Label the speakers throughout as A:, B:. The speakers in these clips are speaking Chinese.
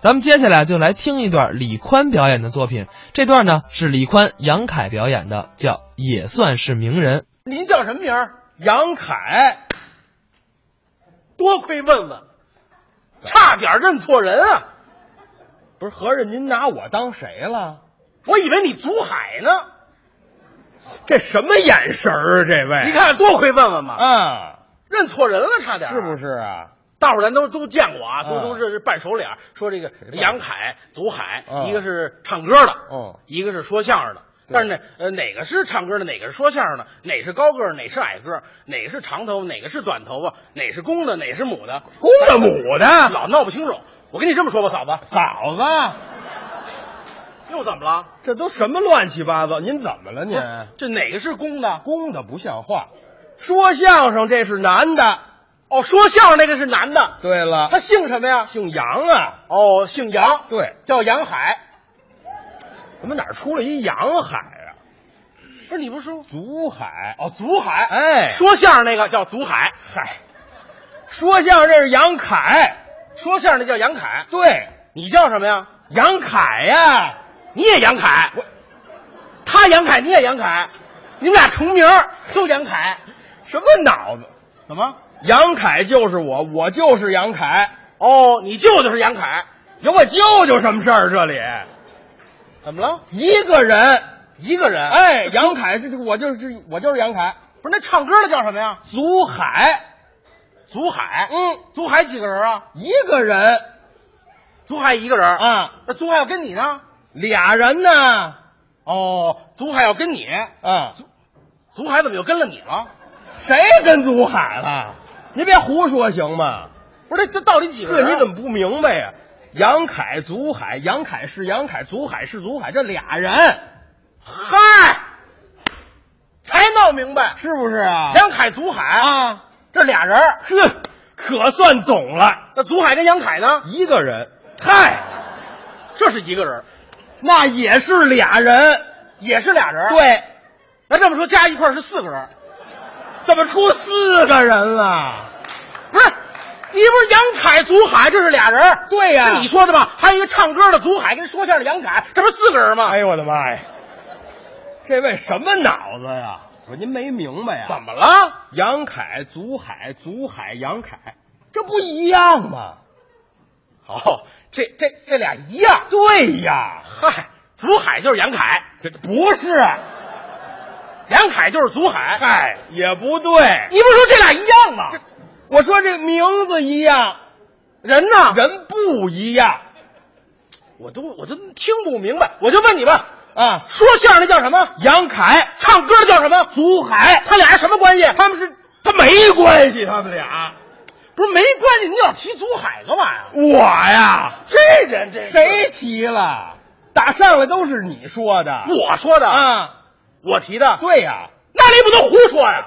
A: 咱们接下来就来听一段李宽表演的作品，这段呢是李宽、杨凯表演的，叫《也算是名人》。
B: 您叫什么名儿？
C: 杨凯，
B: 多亏问问，差点认错人啊！
C: 不是合着您拿我当谁了？
B: 我以为你祖海呢。
C: 这什么眼神儿啊？这位，
B: 你看，多亏问问嘛，
C: 啊，
B: 认错人了，差点
C: 是不
B: 是？
C: 是啊？
B: 大伙儿咱都都见过啊，都
C: 嗯
B: 都是是半熟脸儿。说这个
C: 个
B: 杨凯、祖海，
C: 嗯
B: 一个是唱歌的，
C: 嗯，
B: 一个是说相声的。
C: 对
B: 但是呢，呃，哪个是唱歌的，哪个是说相声的，哪是高个儿，哪是矮个儿，哪个是长头发，哪个是短头发，哪是公的，哪是母的，哎
C: 公的母的，
B: 老闹不清楚。我跟你这么说吧，嫂子，
C: 嫂子，
B: 又怎么了？
C: 这都什么乱七八糟？您怎么了您？
B: 这哪个是公的？
C: 公的不像话，说相声这是男的。
B: 哦，说相声那个是男的，
C: 对了，
B: 他姓什么呀？
C: 姓杨啊。
B: 哦，姓杨，
C: 对，
B: 叫杨海。
C: 怎么哪儿出了一杨海啊？
B: 不是你不是说
C: 祖海，
B: 哦，祖海，
C: 哎
B: 说相声那个叫祖海，
C: 嗨，说相声这是杨凯，
B: 说相声的叫杨凯，
C: 对，
B: 你叫什么呀？
C: 杨凯呀、
B: 你也杨凯，
C: 我
B: 他杨凯，你也杨凯，你们俩重名儿都杨凯，
C: 什么脑子？
B: 怎么？
C: 杨凯就是我，我就是杨凯，
B: 哦，你舅舅是杨凯，
C: 有我舅舅什么事儿？这里
B: 怎么了？
C: 一个人，
B: 一个人？，
C: 哎，杨凯，这这我就是我就是杨凯，
B: 不是那唱歌的叫什么呀？
C: 祖海，
B: 祖海，
C: 嗯，
B: 祖海几个人啊？
C: 一个人
B: 祖海一个人，
C: 啊，
B: 那祖海要跟你呢？
C: 俩人呢，
B: 哦，祖海要跟你，
C: 啊，
B: 祖海怎么又跟了你了？
C: 谁跟祖海了？您别胡说行吗？
B: 不是这这到底几个
C: 这
B: 人啊？
C: 你怎么不明白呀、杨凯、祖海，杨凯是杨凯，祖海是祖海，这俩人
B: 嗨，才闹明白，
C: 是不是啊？
B: 杨凯、祖海，
C: 啊，
B: 这俩人儿，
C: 呵，可算懂了，
B: 那祖海跟杨凯呢？
C: 一个人，嗨，
B: 这是一个人儿，
C: 那也是俩人，
B: 也是俩人儿。
C: 对，
B: 那这么说加一块儿是四个人儿，
C: 怎么出四个人啊了？
B: 不是？你不是杨凯、祖海，这是俩人儿。
C: 对呀
B: 是你说的吧？还有一个唱歌的祖海跟说相声的杨凯，这不是四个人吗？
C: 哎呦我的妈呀，这位什么脑子呀？我说您没明白呀？
B: 怎么了？
C: 杨凯、祖海、祖海、杨凯，这不一样吗？
B: 哦，这这这俩一样。
C: 对呀，
B: 嗨，祖海就是杨凯，
C: 这不是，
B: 杨凯就是祖海。
C: 嗨，也不对。
B: 你不是说这俩一样吗？
C: 这我说这名字一样，
B: 人呢？
C: 人不一样
B: 我都我都听不明白，我就问你吧，
C: 啊。
B: 说相声的叫什么？
C: 杨凯、
B: 唱歌的叫什么？
C: 祖海，
B: 他俩什么关系？
C: 他们是他没关系，他们俩。
B: 不是没关系，你老提祖海干嘛呀？
C: 我呀，
B: 这人这人
C: 谁提了？打上来都是你说的
B: 我说的，
C: 啊？
B: 我提的，
C: 对呀，
B: 那你不能胡说呀？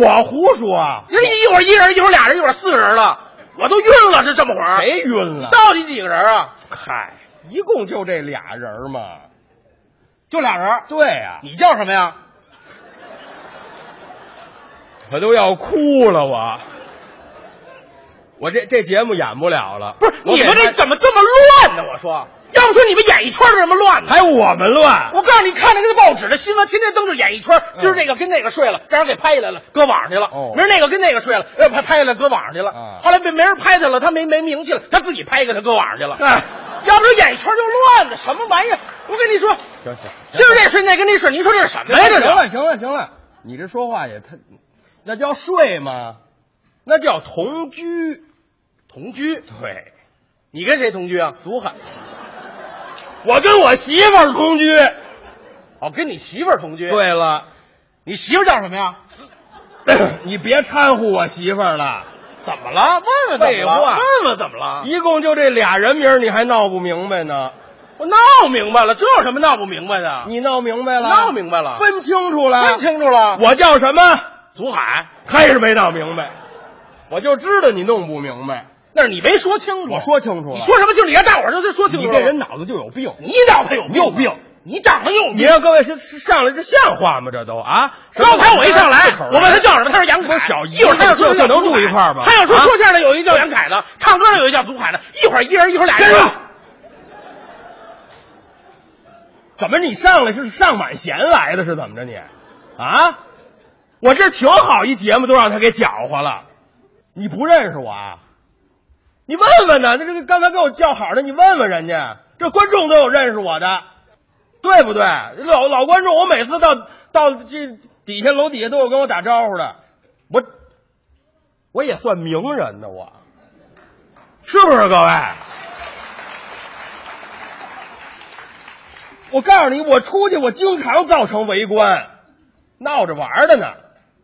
C: 我胡说啊？
B: 你这一会儿一人，一会儿俩人，一会儿四个人了，我都晕了，这这么会儿，
C: 谁晕了？
B: 到底几个人啊？
C: 嗨，一共就这俩人嘛。
B: 就俩人。
C: 对呀，
B: 你叫什么呀？
C: 我都要哭了，我。我这这节目演不了了，
B: 不是
C: 我
B: 你
C: 给
B: 们这
C: 他
B: 怎么这么乱呢？我说，要不说你们演艺圈为什么乱呢？
C: 还我们乱？
B: 我告诉你，看那个报纸的新闻，天天登着演艺圈，今儿那个跟那个睡了，让人给拍下来了，搁网上去了；
C: 哦
B: 明儿那个跟那个睡了，呃，拍拍下来搁网上去了
C: 啊。
B: 后来被没人拍他了，他没没名气了，他自己拍一个，他搁网上 去了。
C: 哎，
B: 要不说演艺圈就乱的，什么玩意儿？我跟你说，
C: 行行，
B: 今儿这睡那个那睡，你说这是什么呀？
C: 哎，
B: 这是
C: 这行了行了行了，你这说话也太，那叫睡吗？那叫同居。
B: 同居，
C: 对，
B: 你跟谁同居啊？
C: 祖海，我跟我媳妇儿同居。
B: 哦，跟你媳妇儿同居。，
C: 对了，
B: 你媳妇儿叫什么呀？
C: 你别掺和我媳妇儿
B: 啊
C: 了。
B: 怎么了？问问怎么
C: 废
B: 了？
C: 话
B: 问问怎么了？
C: 一共就这俩人名儿，你还闹不明白呢？
B: 我闹明白了，这有什么闹不明白的？
C: 你闹明白了？
B: 啊闹明白了
C: 分清楚了。
B: 分清楚了，
C: 我叫什么？
B: 祖海，
C: 还是没闹明白。我就知道你弄不明白。
B: 那是你没说清楚。
C: 我说清楚了。
B: 你说什么清楚？你让大伙儿都说清楚
C: 你
B: 了。
C: 这人脑子就有病。
B: 你脑袋有
C: 你有
B: 吗
C: 病，
B: 你长得有
C: 你
B: 病。
C: 让各位是是上来这像话吗？这都啊！
B: 刚才我一上来
C: 什么，
B: 我问他叫什么，他啊说杨凯。
C: 不是小姨
B: 一会儿他又说
C: 这
B: 叫
C: 能
B: 祖
C: 住
B: 海
C: 一块儿吗
B: 他又说
C: 啊
B: 说相声的有一叫杨凯的，唱歌的有一叫祖海的，一会儿一人一会儿俩人
C: 别说。怎么你上来是上满弦来的，是怎么着你？啊，我这挺好一节目都让他给搅和了，你不认识我啊？你问问呢？那这个刚才给我叫好的，你问问人家，这观众都有认识我的，对不对？老老观众，我每次到到这底下楼底下都有跟我打招呼的，我我也算名人呢，我是不是各位？我告诉你，我出去我经常造成围观，闹着玩儿的呢。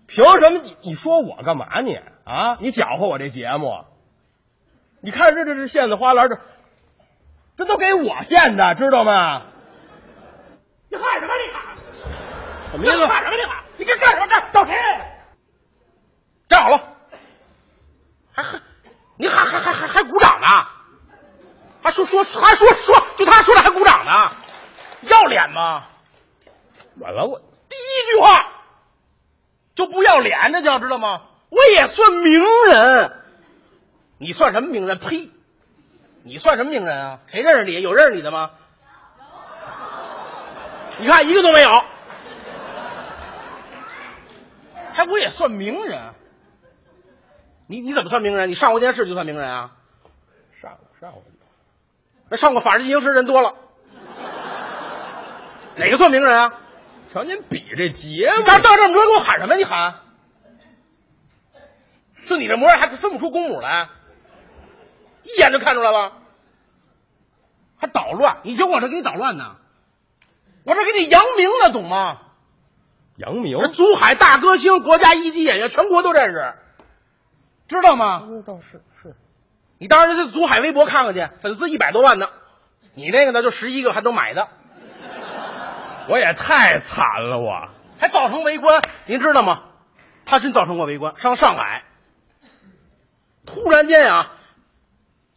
C: 凭什么你你说我干嘛你啊？你搅和我这节目？你看这这这线子花篮这，这都给我线的，知道吗？
B: 你喊什么？你喊
C: 什么意思？
B: 喊什么？你喊！你这干什么？这找谁来？
C: 站好了，
B: 还还你还还还还还鼓掌呢？还说说还说说，就他说了还鼓掌呢？要脸吗？
C: 稳了我。
B: 第一句话就不要脸，这叫知道吗？我也算名人，你算什么名人？呸！你算什么名人啊？谁认识你？有认识你的吗？你看一个都没有，还哎我也算名人？啊你你怎么算名人？你上过电视就算名人啊？
C: 上上我
B: 那上过《法制进行时》人多了，哪个算名人啊？
C: 瞧您比这节
B: 你
C: 目，
B: 到到这么多，给我喊什么呀？你喊？啊就你这模样，还分不出公母来，一眼就看出来了。还捣乱，你就我这给你捣乱呢，我这给你扬名了，懂吗？
C: 杨明
B: 人珠海大歌星，国家一级演员，全国都认识，知道吗？
C: 倒嗯是是，
B: 你当然是珠海微博看看去，粉丝一百多万呢，你那个呢就十一个还都买的，
C: 我也太惨了我。
B: 还造成围观，您知道吗？他真造成过围观，上上海，突然间啊，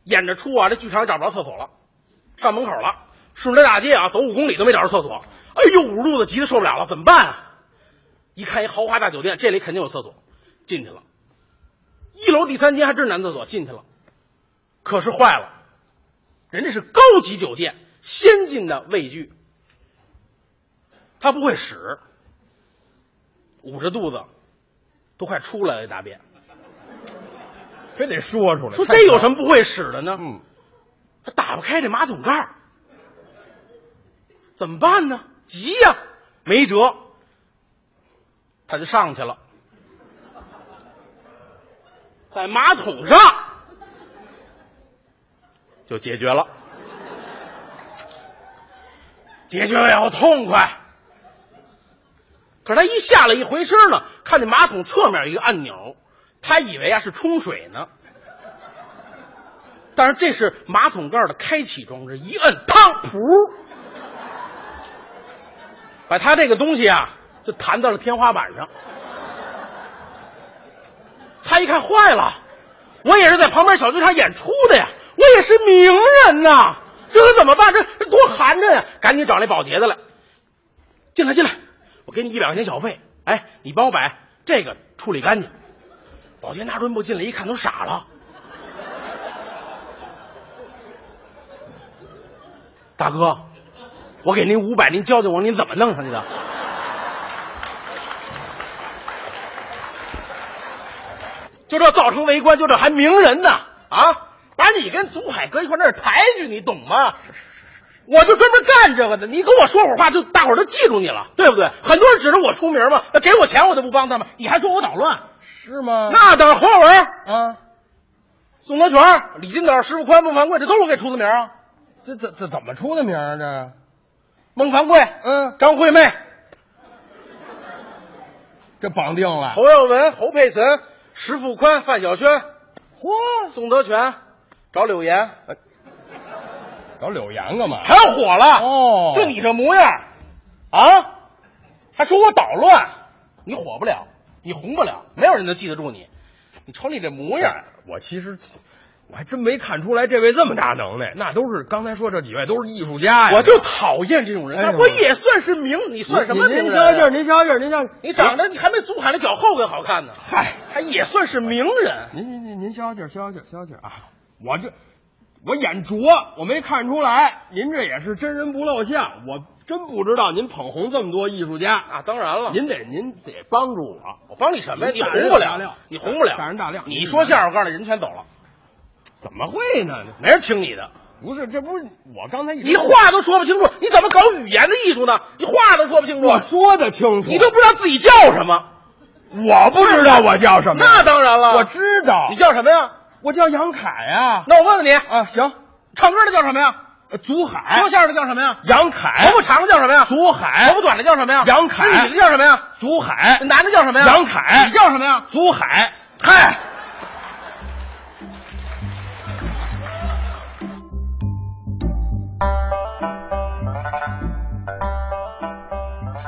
B: 演着出啊，这剧场也找不着厕所了，上门口了，顺着大街啊走五公里都没找着厕所，哎呦，捂肚子急得受不了了，怎么办啊？一看一豪华大酒店，这里肯定有厕所，进去了，一楼第三间还真是男厕所，进去了，可是坏了，人家是高级酒店，先进的卫浴，他不会使。捂着肚子，都快出来了大便。
C: 非得说出来。
B: 说这有什么不会使的呢？
C: 嗯，
B: 他打不开这马桶盖儿，怎么办呢？急呀、没辙，他就上去了，在马桶上就解决了。解决了以后痛快，可是他一下来一回身呢，看见马桶侧面有一个按钮，他以为啊是冲水呢。但是这是马桶盖的开启装置，一摁，嘡，噗，把他这个东西啊就弹到了天花板上。他一看，坏了，我也是在旁边小剧场演出的呀，我也是名人呐，这可怎么办？这这多寒碜呀！赶紧找那保洁的来，进来进来，我给你一百块钱小费，哎，你帮我把这个处理干净。保洁拿出文布进来一看，都傻了。大哥，我给您五百，您教教我，您怎么弄上去的？就这造成围观，就这还名人呢啊！把你跟祖海搁一块儿，那是抬举，你懂吗？是是是是，我就专门干这个的。你跟我说会儿话，就大伙儿都记住你了，对不对？很多人指着我出名嘛，那给我钱我就不帮他们，你还说我捣乱？
C: 是吗？
B: 那当然，黄晓文、
C: 啊，
B: 宋德全、李金斗、石富宽、孟凡贵，这都是我给出的名儿啊。
C: 这怎这怎么出的名儿啊？
B: 孟凡贵、
C: 这嗯，
B: 张惠妹、
C: 这绑定了。
B: 侯耀文、侯佩岑、石富宽、范晓萱、
C: 嚯，
B: 宋德全、找柳岩，
C: 找柳岩干嘛？
B: 全火了。
C: 哦
B: 就你这模样，啊，还说我捣乱，你火不了，你红不了，没有人能记得住你。你瞅你这模样，
C: 我其实我还真没看出来这位这么大能耐。那都是刚才说这几位都是艺术家呀。
B: 我就讨厌这种人。
C: 哎呦
B: 我也算是名，你算什么名啊人？
C: 您消消，您消消，您消。
B: 你长得你还没祖海那脚后跟好看呢，
C: 嗨，
B: 还也算是名人。
C: 您您您您消消，消消，消消啊！我这我眼拙，我没看出来。您这也是真人不露相，我真不知道您捧红这么多艺术家，
B: 啊，当然了，
C: 您得您得帮助我。
B: 我帮你什么呀？你
C: 您大
B: 红
C: 人
B: 不
C: 大量
B: 了，你红不了，
C: 大人大量
B: 你说相声，我告诉你，人全走了，
C: 怎么会呢？
B: 没人听你的。
C: 不是，这不是我刚才一
B: 你话都说不清楚，你怎么搞语言的艺术呢？你话都说不清楚，
C: 我说的清楚，
B: 你都不知道自己叫什么。
C: 我不知道我叫什么呀。
B: 那当然了，
C: 我知道，
B: 你叫什么呀？
C: 我叫杨凯啊。
B: 那我问问你，
C: 啊，行，
B: 唱歌的叫什么呀？
C: 呃祖
B: 说
C: 海，
B: 相声的叫什么呀？头
C: 杨凯，
B: 发长的叫什么呀？
C: 祖
B: 头
C: 海
B: 发，短的叫什么呀？
C: 杨凯
B: 那女的叫什么呀？
C: 祖海，
B: 男的叫什么呀？
C: 杨凯
B: 你叫什么呀？
C: 祖海，嗨，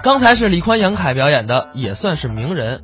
A: 刚才是李宽、杨凯表演的，也算是名人。